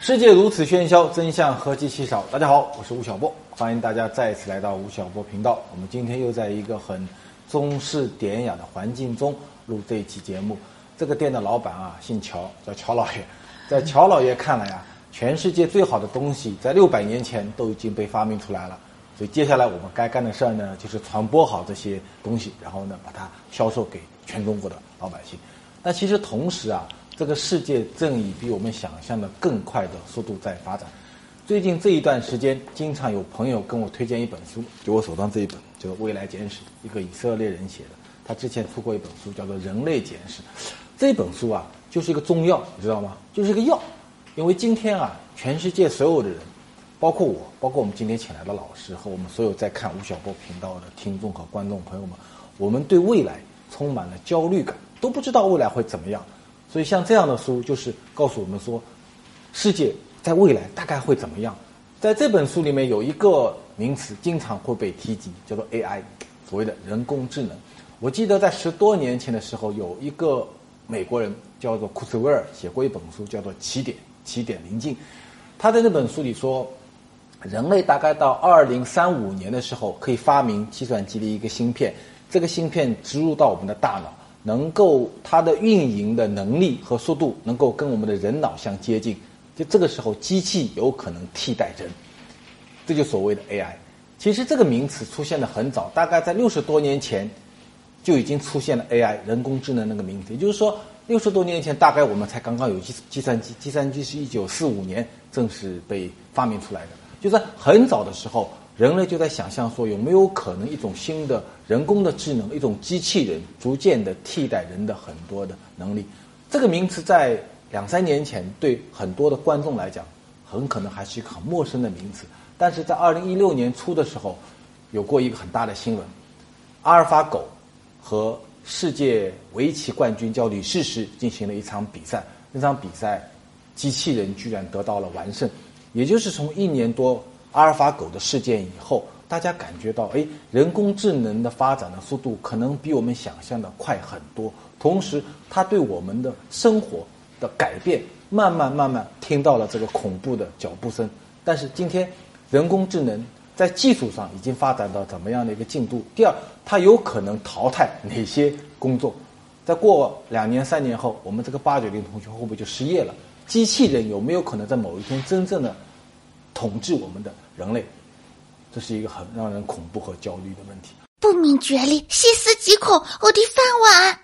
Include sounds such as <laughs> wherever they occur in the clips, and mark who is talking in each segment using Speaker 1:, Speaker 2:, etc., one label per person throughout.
Speaker 1: 世界如此喧嚣，真相何其稀少。大家好，我是吴晓波，欢迎大家再次来到吴晓波频道。我们今天又在一个很中式典雅的环境中录这一期节目。这个店的老板啊，姓乔，叫乔老爷。在乔老爷看来啊，全世界最好的东西在六百年前都已经被发明出来了。所以接下来我们该干的事儿呢，就是传播好这些东西，然后呢，把它销售给全中国的老百姓。但其实同时啊，这个世界正以比我们想象的更快的速度在发展。最近这一段时间，经常有朋友跟我推荐一本书，就我手上这一本，就是《未来简史》，一个以色列人写的。他之前出过一本书，叫做《人类简史》。这本书啊，就是一个中药，你知道吗？就是一个药。因为今天啊，全世界所有的人，包括我，包括我们今天请来的老师和我们所有在看吴晓波频道的听众和观众朋友们，我们对未来充满了焦虑感，都不知道未来会怎么样。所以像这样的书，就是告诉我们说，世界在未来大概会怎么样。在这本书里面有一个名词经常会被提及，叫做 AI，所谓的人工智能。我记得在十多年前的时候，有一个美国人叫做库茨威尔写过一本书，叫做《起点：起点临近》。他在那本书里说，人类大概到二零三五年的时候，可以发明计算机的一个芯片，这个芯片植入到我们的大脑，能够它的运营的能力和速度能够跟我们的人脑相接近。就这个时候，机器有可能替代人，这就所谓的 AI。其实这个名词出现的很早，大概在六十多年前。就已经出现了 AI 人工智能那个名词，也就是说，六十多年前，大概我们才刚刚有计计算机，计算机是一九四五年正式被发明出来的。就在很早的时候，人类就在想象说，有没有可能一种新的人工的智能，一种机器人，逐渐的替代人的很多的能力。这个名词在两三年前对很多的观众来讲，很可能还是一个很陌生的名词。但是在二零一六年初的时候，有过一个很大的新闻，阿尔法狗。和世界围棋冠军叫李世石进行了一场比赛，那场比赛，机器人居然得到了完胜。也就是从一年多阿尔法狗的事件以后，大家感觉到，哎，人工智能的发展的速度可能比我们想象的快很多。同时，它对我们的生活的改变，慢慢慢慢听到了这个恐怖的脚步声。但是今天，人工智能。在技术上已经发展到怎么样的一个进度？第二，它有可能淘汰哪些工作？在过两年、三年后，我们这个八九零同学会不会就失业了？机器人有没有可能在某一天真正的统治我们的人类？这是一个很让人恐怖和焦虑的问题。
Speaker 2: 不明觉厉，细思极恐，我的饭碗。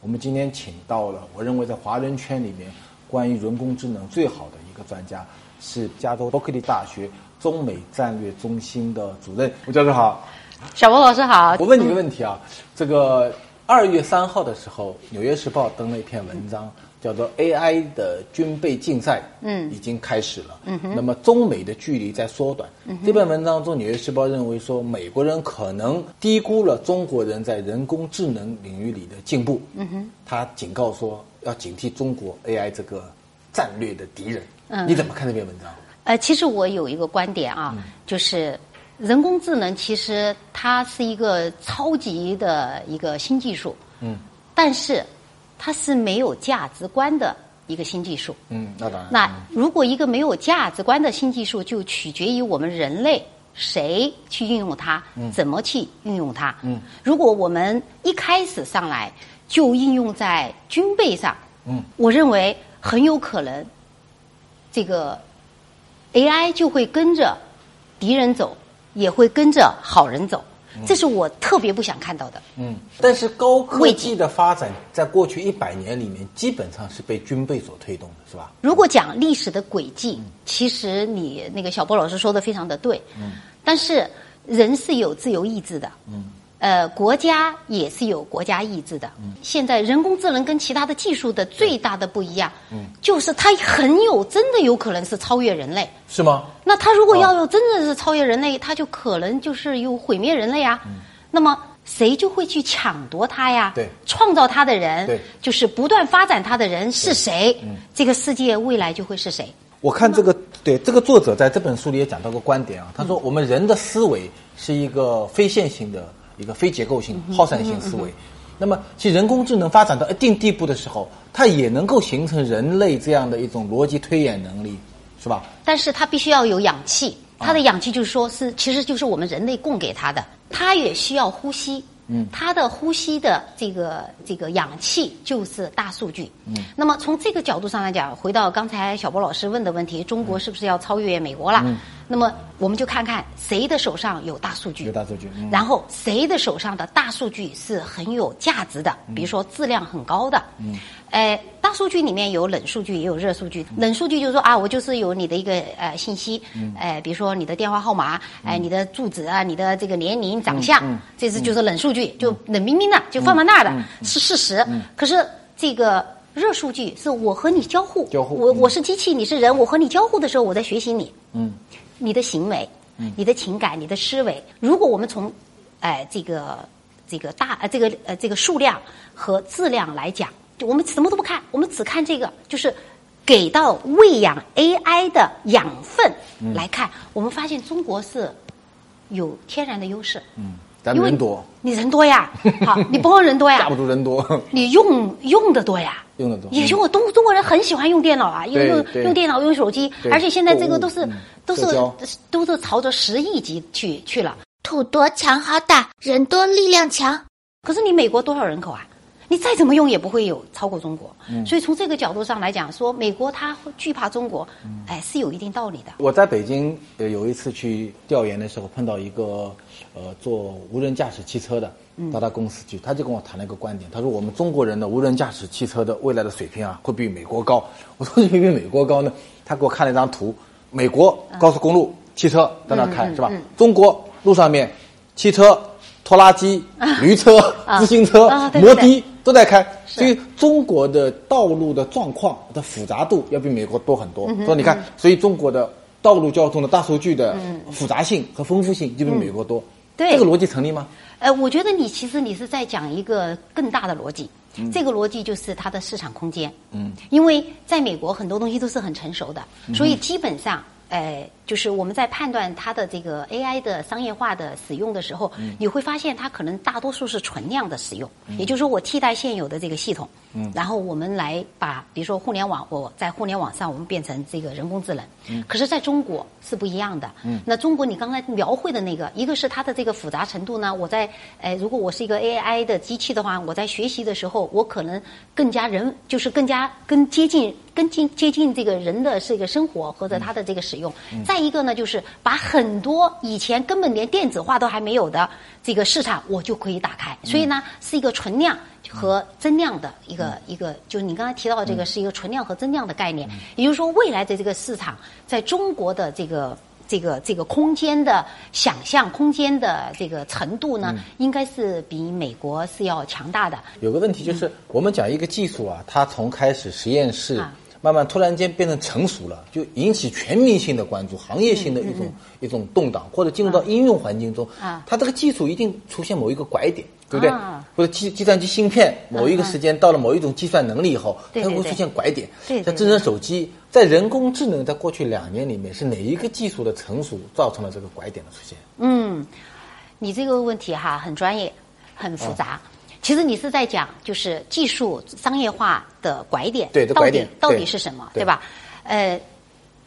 Speaker 1: 我们今天请到了，我认为在华人圈里面关于人工智能最好的一个专家，是加州伯克利大学。中美战略中心的主任吴教授好，
Speaker 3: 小波老师
Speaker 1: <laughs>
Speaker 3: 好。
Speaker 1: 我问你个问题啊，这个二月三号的时候，《纽约时报》登了一篇文章，叫做 “AI 的军备竞赛”，嗯，已经开始了。嗯那么中美的距离在缩短。嗯、这篇文章中，《纽约时报》认为说，美国人可能低估了中国人在人工智能领域里的进步。嗯哼，他警告说要警惕中国 AI 这个战略的敌人。嗯，你怎么看这篇文章？
Speaker 3: 呃，其实我有一个观点啊，嗯、就是人工智能其实它是一个超级的一个新技术，嗯，但是它是没有价值观的一个新技术，
Speaker 1: 嗯，那当然。
Speaker 3: 那如果一个没有价值观的新技术，就取决于我们人类谁去运用它，嗯、怎么去运用它。嗯，如果我们一开始上来就应用在军备上，嗯，我认为很有可能这个。AI 就会跟着敌人走，也会跟着好人走，这是我特别不想看到的。
Speaker 1: 嗯，但是高科技的发展在过去一百年里面，基本上是被军备所推动的，是吧？
Speaker 3: 如果讲历史的轨迹，嗯、其实你那个小波老师说的非常的对。嗯，但是人是有自由意志的。嗯。呃，国家也是有国家意志的。嗯、现在人工智能跟其他的技术的最大的不一样，嗯、就是它很有真的有可能是超越人类，
Speaker 1: 是吗？
Speaker 3: 那它
Speaker 1: 哦
Speaker 3: 如果要有真的是超越人类，它就可能就是有毁灭人类啊。嗯、那么谁就会去抢夺它呀？
Speaker 1: 对，
Speaker 3: 创造它的人，
Speaker 1: 对，嗯
Speaker 3: 就是不断发展它的人是谁？这个世界未来就会是谁？
Speaker 1: 我看这个对这个作者在这本书里也讲到个观点啊，他说我们人的思维是一个非线性的。一个非结构性、耗散性思维，嗯嗯嗯、那么其实人工智能发展到一定地步的时候，它也能够形成人类这样的一种逻辑推演能力、是吧？
Speaker 3: 但是它必须要有氧气，
Speaker 1: 啊
Speaker 3: 它的氧气就是说是，其实就是我们人类供给它的，它也需要呼吸。嗯，它的呼吸的这个这个氧气就是大数据。嗯，那么从这个角度上来讲，回到刚才小波老师问的问题，中国
Speaker 1: 嗯
Speaker 3: 是不是要超越美国了？那么我们就看看谁的手上有大数据，
Speaker 1: 有大数据嗯
Speaker 3: 然后谁的手上的大数据是很有价值的，
Speaker 1: 嗯
Speaker 3: 比如说质量很高的。嗯，呃，大数据里面有冷数据，也有热数
Speaker 1: 嗯
Speaker 3: 据。冷数据就是说啊，我就是有你的一个呃信息，呃，比如说你的电话号码，
Speaker 1: 嗯
Speaker 3: 哎、你的住址啊，你的这个年龄、长相，这是就是冷数据，就
Speaker 1: 嗯
Speaker 3: 冷冰冰的，就放到那儿的，是事实。可是这个。热数据是我和你交互，
Speaker 1: 交互
Speaker 3: 我
Speaker 1: 嗯
Speaker 3: 我是机器，你是人，我和你交互的时候，我在学习你，
Speaker 1: 嗯，
Speaker 3: 你的行为、你的情感、你的思维。如果我们从，哎、这个这个大呃这个呃这个数量和质量来讲，就我们什么都不看，我们只看这个，就是给到喂养 AI 的养分来看，我们发现中国是有天然的优势。嗯，
Speaker 1: 咱们人多，
Speaker 3: 你人多呀，好，你不光
Speaker 1: <laughs>
Speaker 3: 人多呀
Speaker 1: 架不，住人多，
Speaker 3: 你用用的多呀。
Speaker 1: 用得多。嗯
Speaker 3: 也就我中中国人很喜欢用电脑啊，用
Speaker 1: 对
Speaker 3: 用
Speaker 1: 对
Speaker 3: 用电脑用手机，
Speaker 1: 对
Speaker 3: 而且现在这个都
Speaker 1: 购
Speaker 3: 是
Speaker 1: 物嗯
Speaker 3: 都是
Speaker 1: 社交
Speaker 3: 都是朝着十亿级去去了。
Speaker 2: 土多强好打，人多力量强。
Speaker 3: 可是你美国多少人口啊？你再怎么用也不会有超过中国。
Speaker 1: 嗯
Speaker 3: 所以从这个角度上来讲，说美国他会惧怕中国，
Speaker 1: 嗯
Speaker 3: 哎，是有一定道理的。
Speaker 1: 我在北京呃有一次去调研的时候，碰到一个呃做无人驾驶汽车的，
Speaker 3: 嗯
Speaker 1: 到他公司去，他就跟我谈了一个观点，他说我们中国人的无人驾驶汽车的未来的水平啊，会比美国高。我说为 <laughs> 什么比美国高呢？他给我看了一张图，美国高速公路汽车在那
Speaker 3: 嗯
Speaker 1: 开、是吧？中国路上面汽车、拖拉机、驴车、
Speaker 3: <laughs> 啊
Speaker 1: 自行车、
Speaker 3: 啊对对
Speaker 1: 摩
Speaker 3: 对
Speaker 1: 的都在开，所以中国的道路的状况的复杂度要比美国多很多。所以你看，所以中国的道路交通的大数据的复杂性和丰富性就比美国多。
Speaker 3: 对
Speaker 1: 这个逻辑成立吗？
Speaker 3: 呃，我觉得你其实你是在讲一个更大的逻辑，这个逻辑就是它的市场空间。嗯，因为在美国很多东西都是很成熟的，所以基本上。呃，就是我们在判断它的这个 AI 的商业化的使用的时候，你会发现它可能大多数是存量的使用，也就是说我替代现有的这个系统，然后我们来把比如说互联网，我在互联网上我们变成这个人工智能，可是在中国是不一样的。那中国你刚才描绘的那个，一个是它的这个复杂程度呢，我在呃，如果我是一个 AI 的机器的话，我在学习的时候，我可能更加人，就是更加更接近、更近接近这个人的这个生活或者它的这个使用。再一个呢，就是把很多以前根本连电子化都还没有的这个市场，我就可以打开。所以呢，是一个存量。和增量的一个、一个，就是你刚才提到的这个是一个存量和增量的概念，也就是说，未来的这个市场在中国的这个这个这个空间的想象、空间的这个程度呢，应该是比美国是要强大的。
Speaker 1: 有个问题
Speaker 3: 嗯
Speaker 1: 就是，我们讲一个技术啊，它从开始实验室
Speaker 3: 啊，
Speaker 1: 慢慢突然间变成成熟了，就引起全民性的关注，行业
Speaker 3: 嗯
Speaker 1: 性的一种一种动荡，或者进入到应用环境中
Speaker 3: 啊，
Speaker 1: 它这个技术一定出现某一个拐点，对不对
Speaker 3: 啊？
Speaker 1: 或者计计算机芯片某一个时间到了某一种计算能力以后，它
Speaker 3: 对对
Speaker 1: 会
Speaker 3: 对
Speaker 1: 出现拐点
Speaker 3: 对对。
Speaker 1: 像智能手机，在人工智能在过去两年里面，是哪一个技术的成熟造成了这个拐点的出现？
Speaker 3: 嗯，你这个问题哈很专业，很复杂。
Speaker 1: 哦
Speaker 3: 其实你是在讲就是技术商业化的拐点，
Speaker 1: 对的
Speaker 3: 到
Speaker 1: 拐
Speaker 3: 底
Speaker 1: 点
Speaker 3: 到
Speaker 1: 对
Speaker 3: 底是什么，
Speaker 1: 对
Speaker 3: 对吧？呃，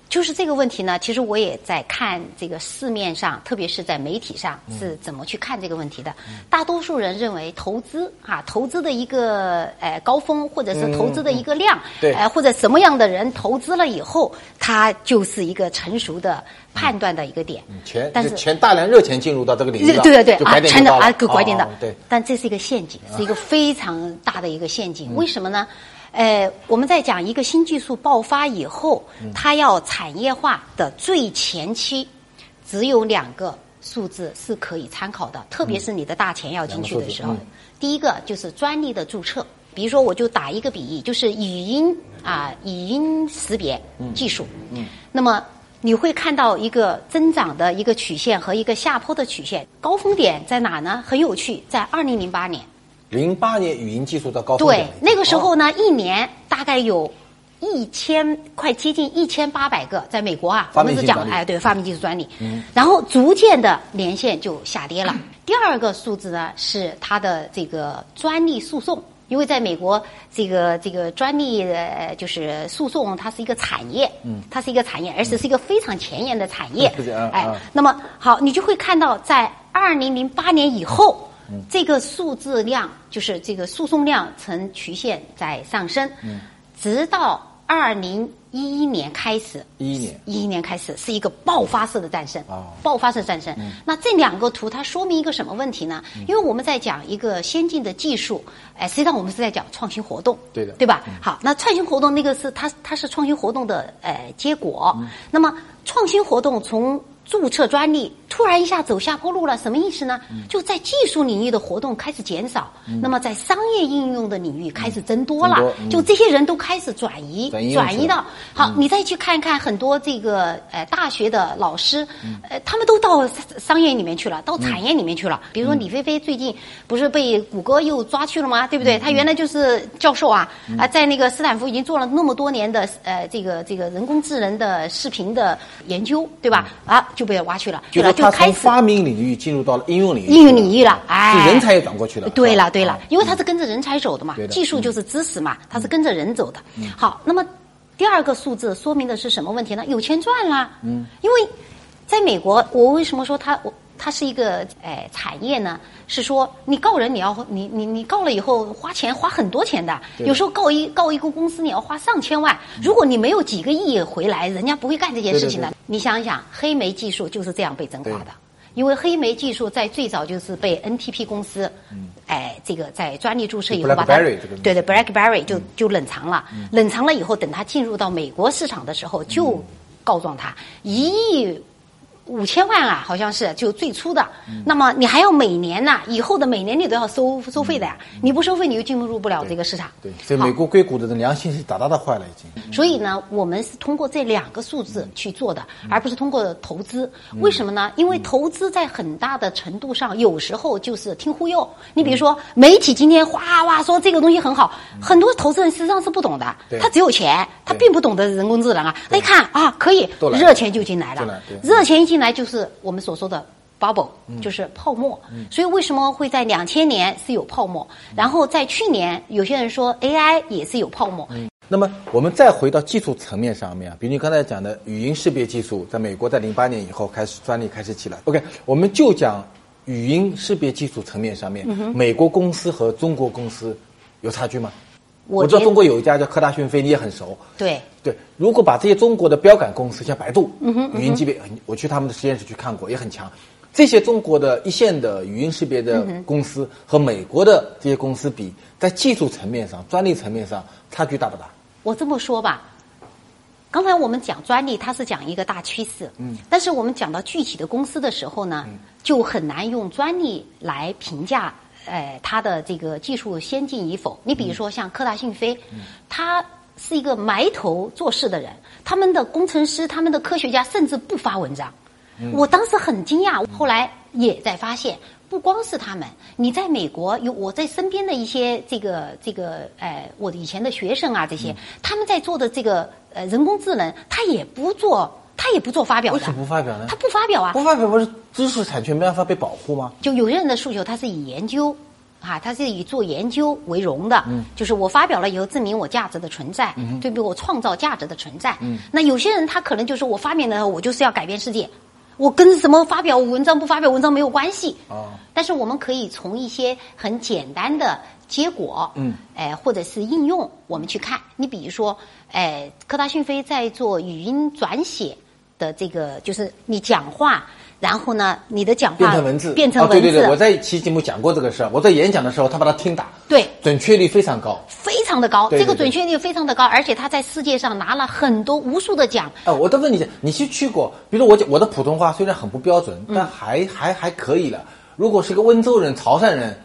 Speaker 3: 就是这个问题呢，其实我也在看这个市面上，特别是在媒体上是怎么去看这个问题的。
Speaker 1: 嗯
Speaker 3: 大多数人认为投资啊，投资的一个呃高峰，或者是投资的一个量，
Speaker 1: 嗯对
Speaker 3: 呃，或者什么样的人投资了以后，他就是一个成熟的判断的一个点。
Speaker 1: 嗯钱，
Speaker 3: 但
Speaker 1: 就是钱大量热钱进入到这个领域了，
Speaker 3: 对对对
Speaker 1: 就
Speaker 3: 啊，
Speaker 1: 拐点
Speaker 3: 真
Speaker 1: 就
Speaker 3: 的
Speaker 1: 到了
Speaker 3: 啊，个拐点的
Speaker 1: 哦哦对。啊
Speaker 3: 但这是一个陷阱，是一个非常大的一个陷
Speaker 1: 嗯
Speaker 3: 阱。为什么呢？呃，我们在讲一个新技术爆发以后，
Speaker 1: 嗯
Speaker 3: 它要产业化的最前期，只有两个数字是可以参考的，特别是你的大钱要进去的时
Speaker 1: 嗯
Speaker 3: 候
Speaker 1: 两个数字，嗯
Speaker 3: 第一个就是专利的注册。比如说，我就打一个比喻，就是语音啊、语音识别技术。嗯，那么你会看到一个增长的一个曲线和一个下坡的曲线，高峰点在哪呢？很有趣，在二零零八年。
Speaker 1: 零八年语音技术的高峰
Speaker 3: 对
Speaker 1: 点，啊哦
Speaker 3: 那个时候呢，一年大概有一千，快接近一千八百个，在美国啊，
Speaker 1: 发
Speaker 3: 我
Speaker 1: 明
Speaker 3: 们
Speaker 1: 技
Speaker 3: 是
Speaker 1: 术专
Speaker 3: 讲
Speaker 1: 利嗯
Speaker 3: 哎，对，发明技术专利。然后逐渐的年限就下跌了。第二个数字呢是它的这个专利诉讼，因为在美国，这个这个专利呃就是诉讼，它是一个产业，嗯，它是一个产业，而且是一个非常前沿的产业
Speaker 1: 是这样，
Speaker 3: 哎
Speaker 1: 啊，
Speaker 3: 那么好，你就会看到在二零零八年以后，这个数字量就是这个诉讼量呈曲线在上升，直到二零一一年开始，
Speaker 1: 11年
Speaker 3: 一一年开始是一个爆发式的战胜，
Speaker 1: 哦
Speaker 3: 爆发式战胜。那这两个图它说明一个什么问题呢？因为我们在讲一个先进的技术，哎，实际上我们是在讲创新活动，
Speaker 1: 对的嗯
Speaker 3: 对吧？好，那创新活动那个是它它是创新活动的呃结果。
Speaker 1: 嗯
Speaker 3: 那么创新活动从注册专利突然一下走下坡路了，什么意思呢？
Speaker 1: 嗯
Speaker 3: 就在技术领域的活动开始减少，那么在商业应用的领域开始增多了
Speaker 1: 增嗯多，嗯
Speaker 3: 就这些人都开始转移
Speaker 1: 转移用
Speaker 3: 转
Speaker 1: 处
Speaker 3: 移到好，
Speaker 1: 嗯
Speaker 3: 你再去看看很多这个呃大学的老师，呃，他们都到商商业里面去了，
Speaker 1: 嗯
Speaker 3: 到产业里面去了。比如说李飞飞最近不是被谷歌又抓去了吗？对不
Speaker 1: 嗯
Speaker 3: 对？他原来就是教授啊，啊，在那个斯坦福已经做了那么多年的呃这个这个人工智能的视频的研究，对吧？啊，就被挖去了，
Speaker 1: 嗯就
Speaker 3: 对
Speaker 1: 是他
Speaker 3: 了，就开
Speaker 1: 从
Speaker 3: 始
Speaker 1: 发明领域进入到了应用领域，
Speaker 3: 应用领域了，哎，
Speaker 1: 是人才也转过去了。
Speaker 3: 对
Speaker 1: 是
Speaker 3: 了
Speaker 1: 吧
Speaker 3: 对了
Speaker 1: 啊，
Speaker 3: 因为它是跟着人才走的嘛
Speaker 1: 对，的嗯
Speaker 3: 技术就是知识嘛，它是跟着人走的。好，那么第二个数字说明的是什么问题呢？有钱赚啦。嗯，因为在美国，我为什么说它我它是一个呃产业呢？是说你告人，你要你你你告了以后花钱花很多钱的，
Speaker 1: 对的
Speaker 3: 有时候告一告一个公司你要花上千万，如果你没有几个亿回来，人家不会干这件事情的
Speaker 1: 对对对。
Speaker 3: 你想一想，黑莓技术就是这样被整垮
Speaker 1: 对
Speaker 3: 的。因为黑莓技术在最早就是被 NTP 公司，哎，这个在专利注册以后把它，
Speaker 1: 嗯 BlackBerry 这个东西嗯
Speaker 3: 对对，BlackBerry 就就冷藏了，冷藏了以后，等它进入到美国市场的时候，就告状
Speaker 1: 嗯
Speaker 3: 它一亿。五千万啊，好像是就最初的。
Speaker 1: 嗯
Speaker 3: 那么你还要每年呐、以后的每年你都要收收费的呀、你不收费你就进入不了这个市场。
Speaker 1: 嗯对，所以美
Speaker 3: 好
Speaker 1: 国硅谷的良心是大大的坏了，已经。
Speaker 3: 所以呢，我们是通过这两个数
Speaker 1: 嗯
Speaker 3: 字去做的，而不是通过投资。为什么呢？
Speaker 1: 嗯
Speaker 3: 因为投资在很大的程度上，有时候就是听忽悠。你
Speaker 1: 嗯
Speaker 3: 比如说，媒体今天哗哇说这个东西很好，很多投资人实际上是不懂的
Speaker 1: 对，
Speaker 3: 他只有钱，他
Speaker 1: 对
Speaker 3: 并不懂得人工智能啊。他一看啊，可以
Speaker 1: 都，来了
Speaker 3: 热钱就进来
Speaker 1: 进来
Speaker 3: 了
Speaker 1: 对，嗯
Speaker 3: 热钱一进来就是我们所说的 bubble，、就是泡沫。所以为什么会在两千年是有泡沫？
Speaker 1: 嗯
Speaker 3: 然后在去年，有些人说 AI 也是有泡沫，
Speaker 1: 那么我们再回到技术层面上面啊，比如你刚才讲的语音识别技术，在美国在零八年以后开始专利开始起来。OK，我们就讲语音识别技术层面上
Speaker 3: 嗯
Speaker 1: 面，美国公司和中国公司有差距吗？
Speaker 3: 我
Speaker 1: 知道
Speaker 3: 觉
Speaker 1: 中国有一家叫科大讯飞，你也很熟。
Speaker 3: 对。
Speaker 1: 对，如果把这些中国的标杆公司，像百度、
Speaker 3: 嗯
Speaker 1: 语音识别，很我去他们的实验室去看过，也很强。这些中国的一线的语音识别的公司和美国的这些公司比，在技术层面上、专利层面上差距大不大？
Speaker 3: 我这么说吧，刚才我们讲专利，它是讲一个大趋势，嗯，但是我们讲到具体的公司的时候呢，就很难用专利来评价。呃，它的这个技术先进与否，你比如说像科大讯飞，它是一个埋头做事的人，他们的工程师、他们的科学家甚至不发文章，
Speaker 1: 嗯
Speaker 3: 我当时很惊讶，后来也在发现，不光是他们，你在美国有我在身边的一些这个这个呃，我的以前的学生啊，这
Speaker 1: 嗯
Speaker 3: 些、他们在做的这个呃人工智能，他也不做，他也不做发表
Speaker 1: 为
Speaker 3: 的，
Speaker 1: 什么不发表呢
Speaker 3: 他？不发表啊，
Speaker 1: 不发表不是知识产权没办法被保护吗？
Speaker 3: 就有些人的诉求，他是以研究。啊，他是以做研究为荣的，
Speaker 1: 嗯
Speaker 3: 就是我发表了以后，证明我价值的存在，对比我创造价值的存在。
Speaker 1: 嗯
Speaker 3: 那有些人他可能就是我发明了，我就是要改变世界，我跟什么发表文章不发表文章没有关系。
Speaker 1: 哦
Speaker 3: 但是我们可以从一些很简单的结果，
Speaker 1: 嗯，
Speaker 3: 哎、或者是应用，我们去看。你比如说，哎、科大讯飞在做语音转写的这个，就是你讲话，然后呢，你的讲话
Speaker 1: 变成文字，
Speaker 3: 啊变成
Speaker 1: 哦
Speaker 3: 文字，
Speaker 1: 对对对，我在一期节目讲过这个事儿。我在演讲的时候，他把它听打，
Speaker 3: 对
Speaker 1: 准确率非常高。
Speaker 3: 非常的高，
Speaker 1: 对对
Speaker 3: 这个
Speaker 1: 对
Speaker 3: 准确率非常的高，而且他在世界上拿了很多无数的奖，
Speaker 1: 哎，我再问你一下，你去去过？比如我讲我的普通话虽然很不标准，
Speaker 3: 嗯
Speaker 1: 但还还还可以了。如果是个温州人、潮汕人，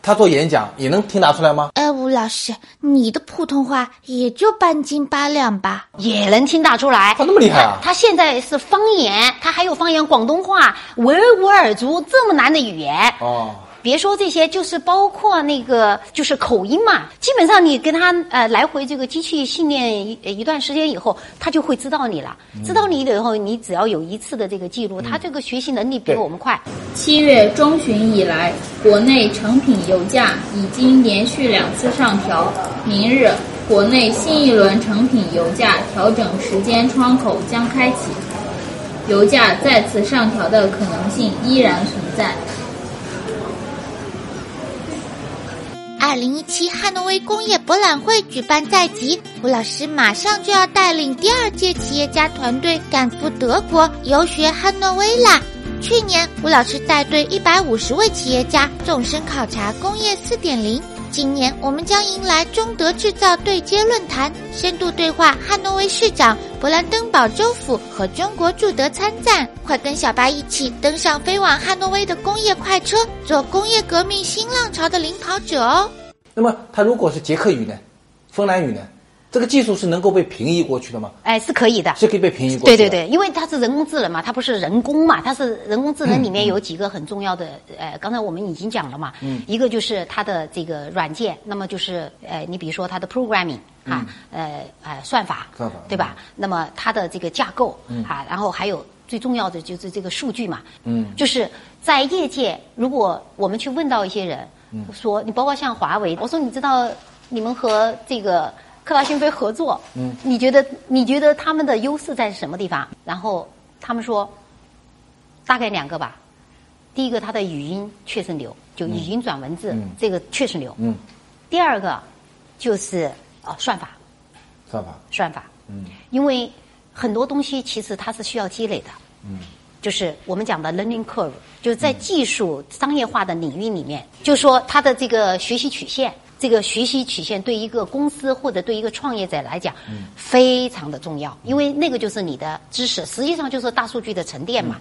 Speaker 1: 他做演讲也能听打出来吗？
Speaker 2: 哎，吴老师，你的普通话也就半斤八两吧？
Speaker 3: 也能听打出来。
Speaker 1: 他那么厉害啊
Speaker 3: 他！他现在是方言，他还有方言广东话、维吾尔族这么难的语言。
Speaker 1: 哦，
Speaker 3: 别说这些，就是包括那个就是口音嘛，基本上你跟他呃来回这个机器训练一呃一段时间以后，他就会知道你了。
Speaker 1: 嗯
Speaker 3: 知道你了以后，你只要有一次的这个记录，他这个学习能力比
Speaker 1: 对
Speaker 3: 我们快。
Speaker 4: 七月中旬以来，国内成品油价已经连续两次上调。明日，国内新一轮成品油价调整时间窗口将开启，油价再次上调的可能性依然存在。
Speaker 2: 二零一七汉诺威工业博览会举办在即，吴老师马上就要带领第二届企业家团队赶赴德国游学汉诺威啦。去年，吴老师带队一百五十位企业家纵深考察工业四点零。今年，我们将迎来中德制造对接论坛，深度对话汉诺威市长、勃兰登堡州府和中国驻德参赞。快跟小白一起登上飞往汉诺威的工业快车，做工业革命新浪潮的领跑者哦！
Speaker 1: 那么它如果是捷克语呢，芬兰语呢，这个技术是能够被平移过去的吗？
Speaker 3: 哎，是可以的。
Speaker 1: 是可以被平移过去
Speaker 3: 对
Speaker 1: 的。
Speaker 3: 对对，因为它是人工智能嘛，它不是人工嘛，它是人工智能里面有几个很重要的，
Speaker 1: 嗯
Speaker 3: 呃，刚才我们已经讲了嘛，一个就是它的这个软件，那么就是呃，你比如说它的 programming 啊，呃呃算法，
Speaker 1: 嗯算法嗯
Speaker 3: 对吧？那么它的这个架构啊，然后还有最重要的就是这个数据嘛，
Speaker 1: 嗯
Speaker 3: 就是在业界，如果我们去问到一些人，
Speaker 1: 嗯
Speaker 3: 说你包括像华为，我说你知道你们和这个科大讯飞合作，
Speaker 1: 嗯
Speaker 3: 你觉得你觉得他们的优势在什么地方？然后他们说，大概两个吧，第一个它的语音确实牛，就语音转文字，
Speaker 1: 嗯
Speaker 3: 这个确实牛。
Speaker 1: 嗯，
Speaker 3: 第二个就是呃算法，
Speaker 1: 算法，
Speaker 3: 算法，
Speaker 1: 嗯
Speaker 3: 因为很多东西其实它是需要积累的，
Speaker 1: 嗯，
Speaker 3: 就是我们讲的 learning curve，就是在技术商业化的领域里面，就是说它的这个学习曲线，这个学习曲线对一个公司或者对一个创业者来讲，非常的重要，因为那个就是你的知识，实际上就是大数据的沉淀嘛。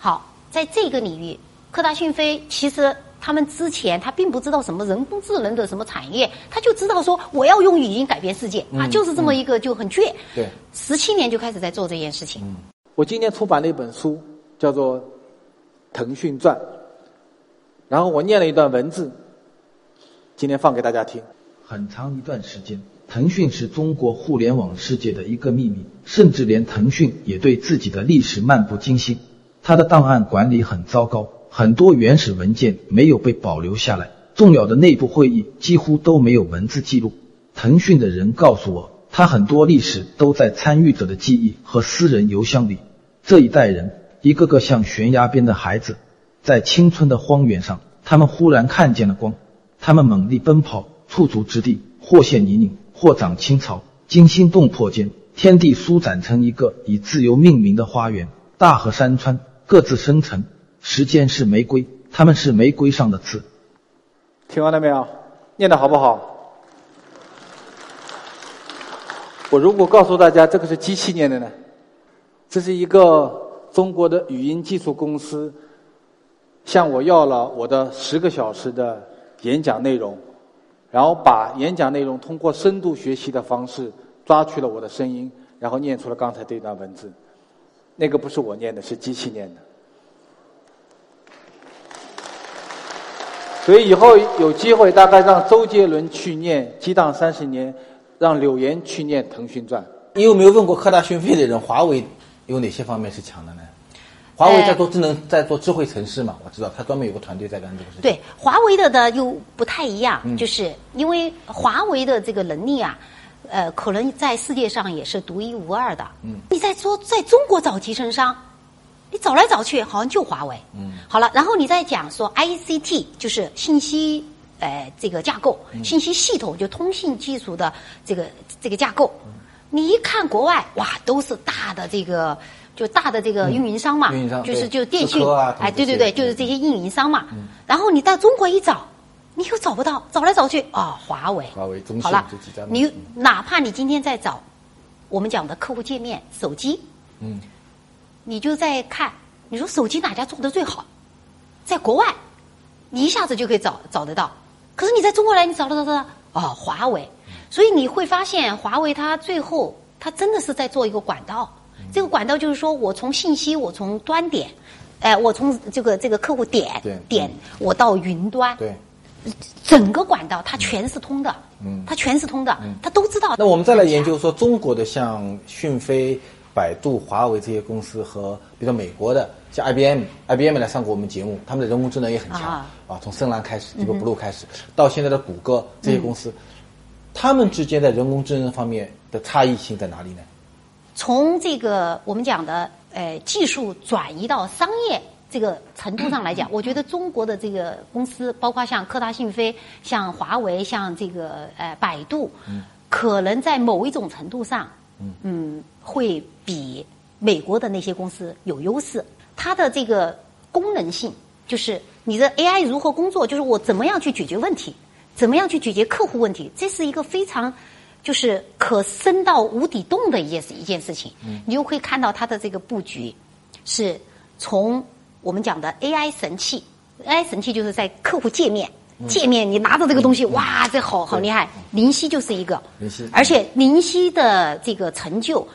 Speaker 3: 好，在这个领域，科大讯飞其实。他们之前他并不知道什么人工智能的什么产业，他就知道说我要用语音改变世界、啊，就是这么一个就很倔。
Speaker 1: 对
Speaker 3: 十七年就开始在做这件事情。
Speaker 5: 我今年出版了一本书，叫做《腾讯传》，然后我念了一段文字，今天放给大家听。
Speaker 6: 很长一段时间，腾讯是中国互联网世界的一个秘密，甚至连腾讯也对自己的历史漫不经心。它的档案管理很糟糕，很多原始文件没有被保留下来，重要的内部会议几乎都没有文字记录。腾讯的人告诉我，他很多历史都在参与者的记忆和私人邮箱里。这一代人，一个个像悬崖边的孩子，在青春的荒原上，他们忽然看见了光，他们猛力奔跑，触足之地，或陷泥泞，或长青草，惊心动魄间，天地舒展成一个以自由命名的花园。大河山川各自生成，时间是玫瑰，他们是玫瑰上的刺。
Speaker 5: 听完了没有？念的好不好？我如果告诉大家这个是机器念的呢？这是一个中国的语音技术公司向我要了我的十个小时的演讲内容，然后把演讲内容通过深度学习的方式抓取了我的声音，然后念出了刚才这段文字。那个不是我念的，是机器念的。所以以后有机会，大概让周杰伦去念《激荡三十年》，让柳岩去念《腾讯传》。
Speaker 1: 你有没有问过科大讯飞的人，华为有哪些方面是强的呢？华为在做智能，在做智慧城市嘛，我知道，他专门有个团队在干这个事情。
Speaker 3: 呃对，华为的呢又不太一样，
Speaker 1: 嗯
Speaker 3: 就是因为华为的这个能力啊，呃，可能在世界上也是独一无二的。嗯，你在说在中国找集成商，你找来找去好像就华为。嗯，好了，然后你再讲说 ICT 就是信息。呃，这个架构、
Speaker 1: 嗯
Speaker 3: 信息系统就通信技术的这个这个架构，
Speaker 1: 嗯
Speaker 3: 你一看国外哇，都是大的这个就大的这个运营商嘛，
Speaker 1: 嗯运营商
Speaker 3: 就是
Speaker 1: 对
Speaker 3: 就电信
Speaker 1: 思科啊
Speaker 3: 哎，对
Speaker 1: 这
Speaker 3: 对
Speaker 1: 些
Speaker 3: 对，就是这些运营商嘛。
Speaker 1: 嗯
Speaker 3: 然后你到中国一找，你又找不到，找来找去啊、华为，
Speaker 1: 华为中兴
Speaker 3: 好了
Speaker 1: 这几家嘛，
Speaker 3: 你
Speaker 1: 嗯
Speaker 3: 哪怕你今天在找，我们讲的客户界面手机，
Speaker 1: 嗯，
Speaker 3: 你就在看，你说手机哪家做的最好，在国外，你一下子就可以找找得到。可是你在中国来，你找得到的啊，华为。所以你会发现，华为它最后它真的是在做一个管道。这个管道就是说我从信息，我从端点，哎，我从这个这个客户点
Speaker 1: 点
Speaker 3: 点，我到云端，
Speaker 1: 对。
Speaker 3: 整个管道它全是通的，
Speaker 1: 嗯
Speaker 3: 它全是通的，它都知道。
Speaker 1: 那我们再来研究说中国的像讯飞、百度、华为这些公司和比如说美国的像 IBM、IBM 来上过我们节目，他们的人工智能也很强
Speaker 3: 啊嗯
Speaker 1: 啊从深蓝开始，这个 Blue 开始，到现在的谷歌这些公司，他们之间在人工智能方面的差异性在哪里呢？
Speaker 3: 从这个我们讲的呃技术转移到商业这个程度上来讲，我觉得中国的这个公司，包括像科大讯飞、像华为、像这个呃百度，可能在某一种程度上，嗯，会比美国的那些公司有优势。它的这个功能性，就是你的 AI 如何工作，就是我怎么样去解决问题，怎么样去解决客户问题，这是一个非常就是可深到无底洞的一件事一件事情。你就会看到它的这个布局是从我们讲的 AI 神器，AI 神器就是在客户界面。界面，你拿着这个东西，哇，这好好厉害！林夕就是一个，
Speaker 1: 林夕
Speaker 3: 而且林夕的这个成就，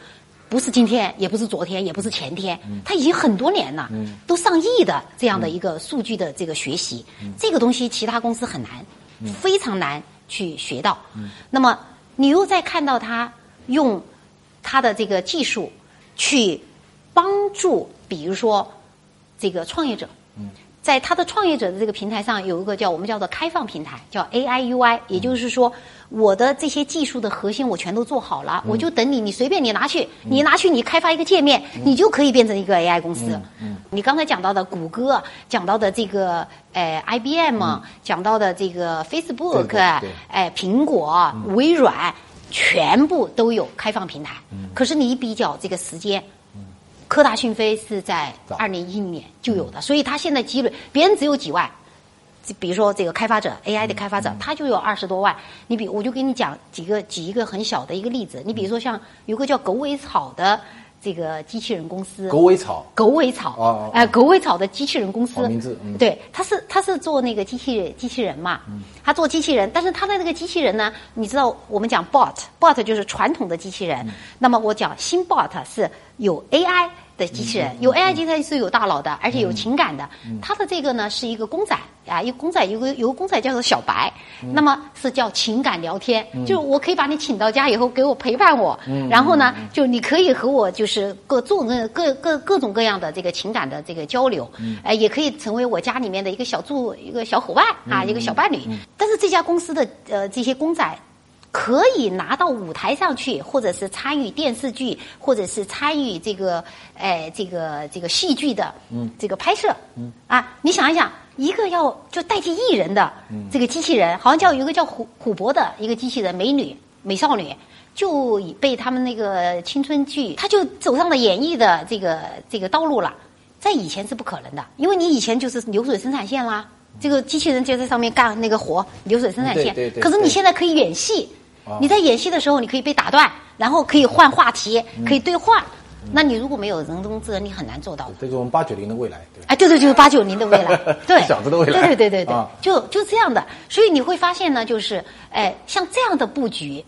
Speaker 3: 不是今天，也不是昨天，也不是前天，它已经很多年了，都上亿的这样的一个数据的这个学习，这个东西其他公司很难，非常难去学到。那么你又再看到它用它的这个技术去帮助，比如说这个创业者，在他的创业者的这个平台上，有一个叫我们叫做开放平台，叫 AI UI，也就是说，我的这些技术的核心我全都做好了，我就等你，你随便你拿去，你拿去你开发一个界面，你就可以变成一个 AI 公司。你刚才讲到的谷歌，讲到的这个呃 IBM，、讲到的这个 Facebook，
Speaker 1: 对对对
Speaker 3: 哎，苹果、微软，全部都有开放平台。可是你一比较这个时间，科大讯飞是在
Speaker 1: 早嗯
Speaker 3: 二零一零年就有的，所以它现在积累，别人只有几万。这比如说这个开发者
Speaker 1: 嗯
Speaker 3: AI 的开发者，他就有二十多万。你比我就给你讲几个几一个很小的一个例子，你比如说像有个叫狗尾草的这个机器人公司，
Speaker 1: 狗尾草
Speaker 3: 狗尾草，
Speaker 1: 哦哦哦
Speaker 3: 哎，狗尾草的机器人公司，
Speaker 1: 好名字嗯
Speaker 3: 对，他是他是做那个机器人机器人嘛，他做机器人，但是他的那个机器人呢，你知道我们讲 bot bot 就是传统的机器人，那么我讲新 bot 是有 AI 的机器人，有 AI 机器人是有大脑的，而且有情感的，他的这个呢是一个公仔啊，一个公仔有个有个公仔叫做小白，那么是叫情感聊天，就是我可以把你请到家以后给我陪伴我，然后呢，就你可以和我就是各种各各各各种各样的这个情感的这个交流，呃，也可以成为我家里面的一个小助一个小伙伴啊，一个小伴侣。但是这家公司的呃这些公仔。可以拿到舞台上去，或者是参与电视剧，或者是参与这个，呃，这个这个戏剧的，嗯，这个拍摄，嗯，啊，你想一想，一个要就代替艺人的
Speaker 1: 嗯
Speaker 3: 这个机器人，好像叫有一个叫虎虎珀的一个机器人美女美少女，就已被他们那个青春剧，她就走上了演艺的这个这个道路了。在以前是不可能的，因为你以前就是流水生产线啦，这个机器人就在上面干那个活，流水生产线。
Speaker 1: 嗯对对对
Speaker 3: 可是你
Speaker 1: 对
Speaker 3: 现在可以演戏，你在演戏的时候，你可以被打断，然后可以换话题，可以对话。那你如果没有人工智能，你很难做到的。
Speaker 1: 这是我们八九零的未来，对吧？，
Speaker 3: 哎，对对，就是八九年的未来
Speaker 1: <laughs>
Speaker 3: 对，
Speaker 1: 小子的未来
Speaker 3: 对对对对对，
Speaker 1: 啊
Speaker 3: 就就这样的。所以你会发现呢，就是哎，像这样的布局。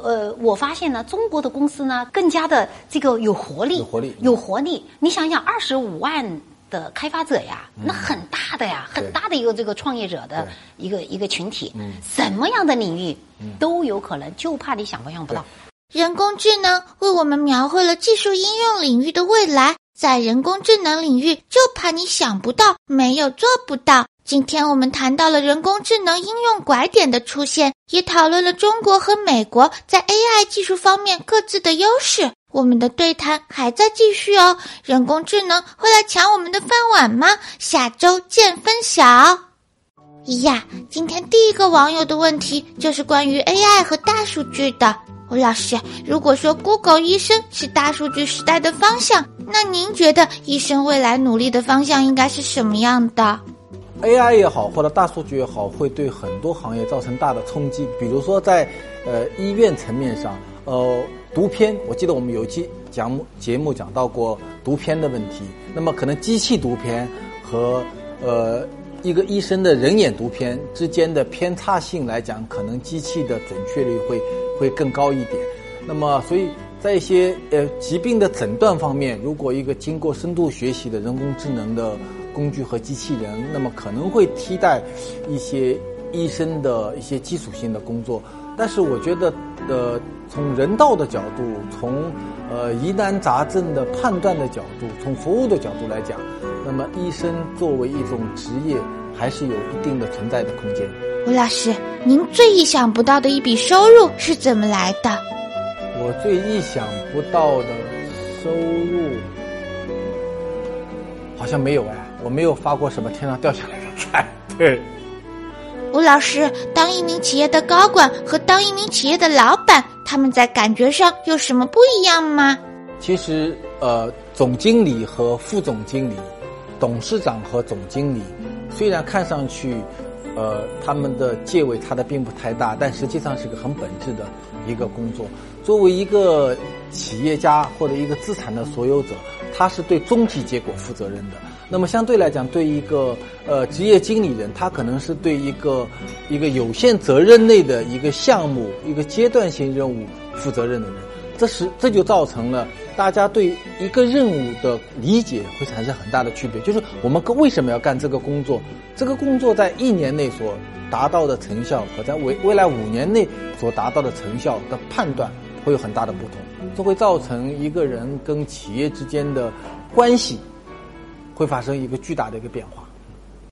Speaker 3: 呃，我发现呢，中国的公司呢更加的这个有活力，
Speaker 1: 有活力嗯
Speaker 3: 有活力。你想一想，二十五万的开发者呀，
Speaker 1: 嗯
Speaker 3: 那很大的呀，很大的一个这个创业者的一个一个群体，
Speaker 1: 嗯
Speaker 3: 什么样的领域都有可能，就怕你想都想不到。
Speaker 2: 人工智能为我们描绘了技术应用领域的未来，在人工智能领域，就怕你想不到，没有做不到。今天我们谈到了人工智能应用拐点的出现，也讨论了中国和美国在 AI 技术方面各自的优势。我们的对谈还在继续哦，人工智能会来抢我们的饭碗吗？下周见分晓。咿呀，今天第一个网友的问题就是关于 AI 和大数据的。吴老师，如果说 Google 医生是大数据时代的方向，那您觉得医生未来努力的方向应该是什么样的？
Speaker 1: AI 也好，或者大数据也好，会对很多行业造成大的冲击。比如说在呃医院层面上，呃毒片，我记得我们有一期讲目节目讲到过毒片的问题。那么可能机器毒片和呃一个医生的人眼毒片之间的偏差性来讲，可能机器的准确率会会更高一点。那么所以在一些呃疾病的诊断方面，如果一个经过深度学习的人工智能的工具和机器人，那么可能会替代一些医生的一些基础性的工作。但是我觉得，呃，从人道的角度，从呃疑难杂症的判断的角度，从服务的角度来讲，那么医生作为一种职业，还是有一定的存在的空间。
Speaker 2: 吴哦老师，您最意想不到的一笔收入是怎么来的？
Speaker 1: 我最意想不到的收入，好像没有哎，我没有发过什么天上掉下来的菜。对，
Speaker 2: 吴哦老师，当一名企业的高管和当一名企业的老板，他们在感觉上有什么不一样吗？
Speaker 1: 其实呃，总经理和副总经理、董事长和总经理，虽然看上去呃他们的界位差的并不太大，但实际上是个很本质的一个工作。作为一个企业家或者一个资产的所有者，他是对终极结果负责任的。那么相对来讲，对一个呃职业经理人，他可能是对一个一个有限责任内的一个项目、一个阶段性任务负责任的人。这是这就造成了大家对一个任务的理解会产生很大的区别，就是我们为什么要干这个工作？这个工作在一年内所达到的成效和在未未来五年内所达到的成效的判断会有很大的不同，这会造成一个人跟企业之间的关系会发生一个巨大的一个变化。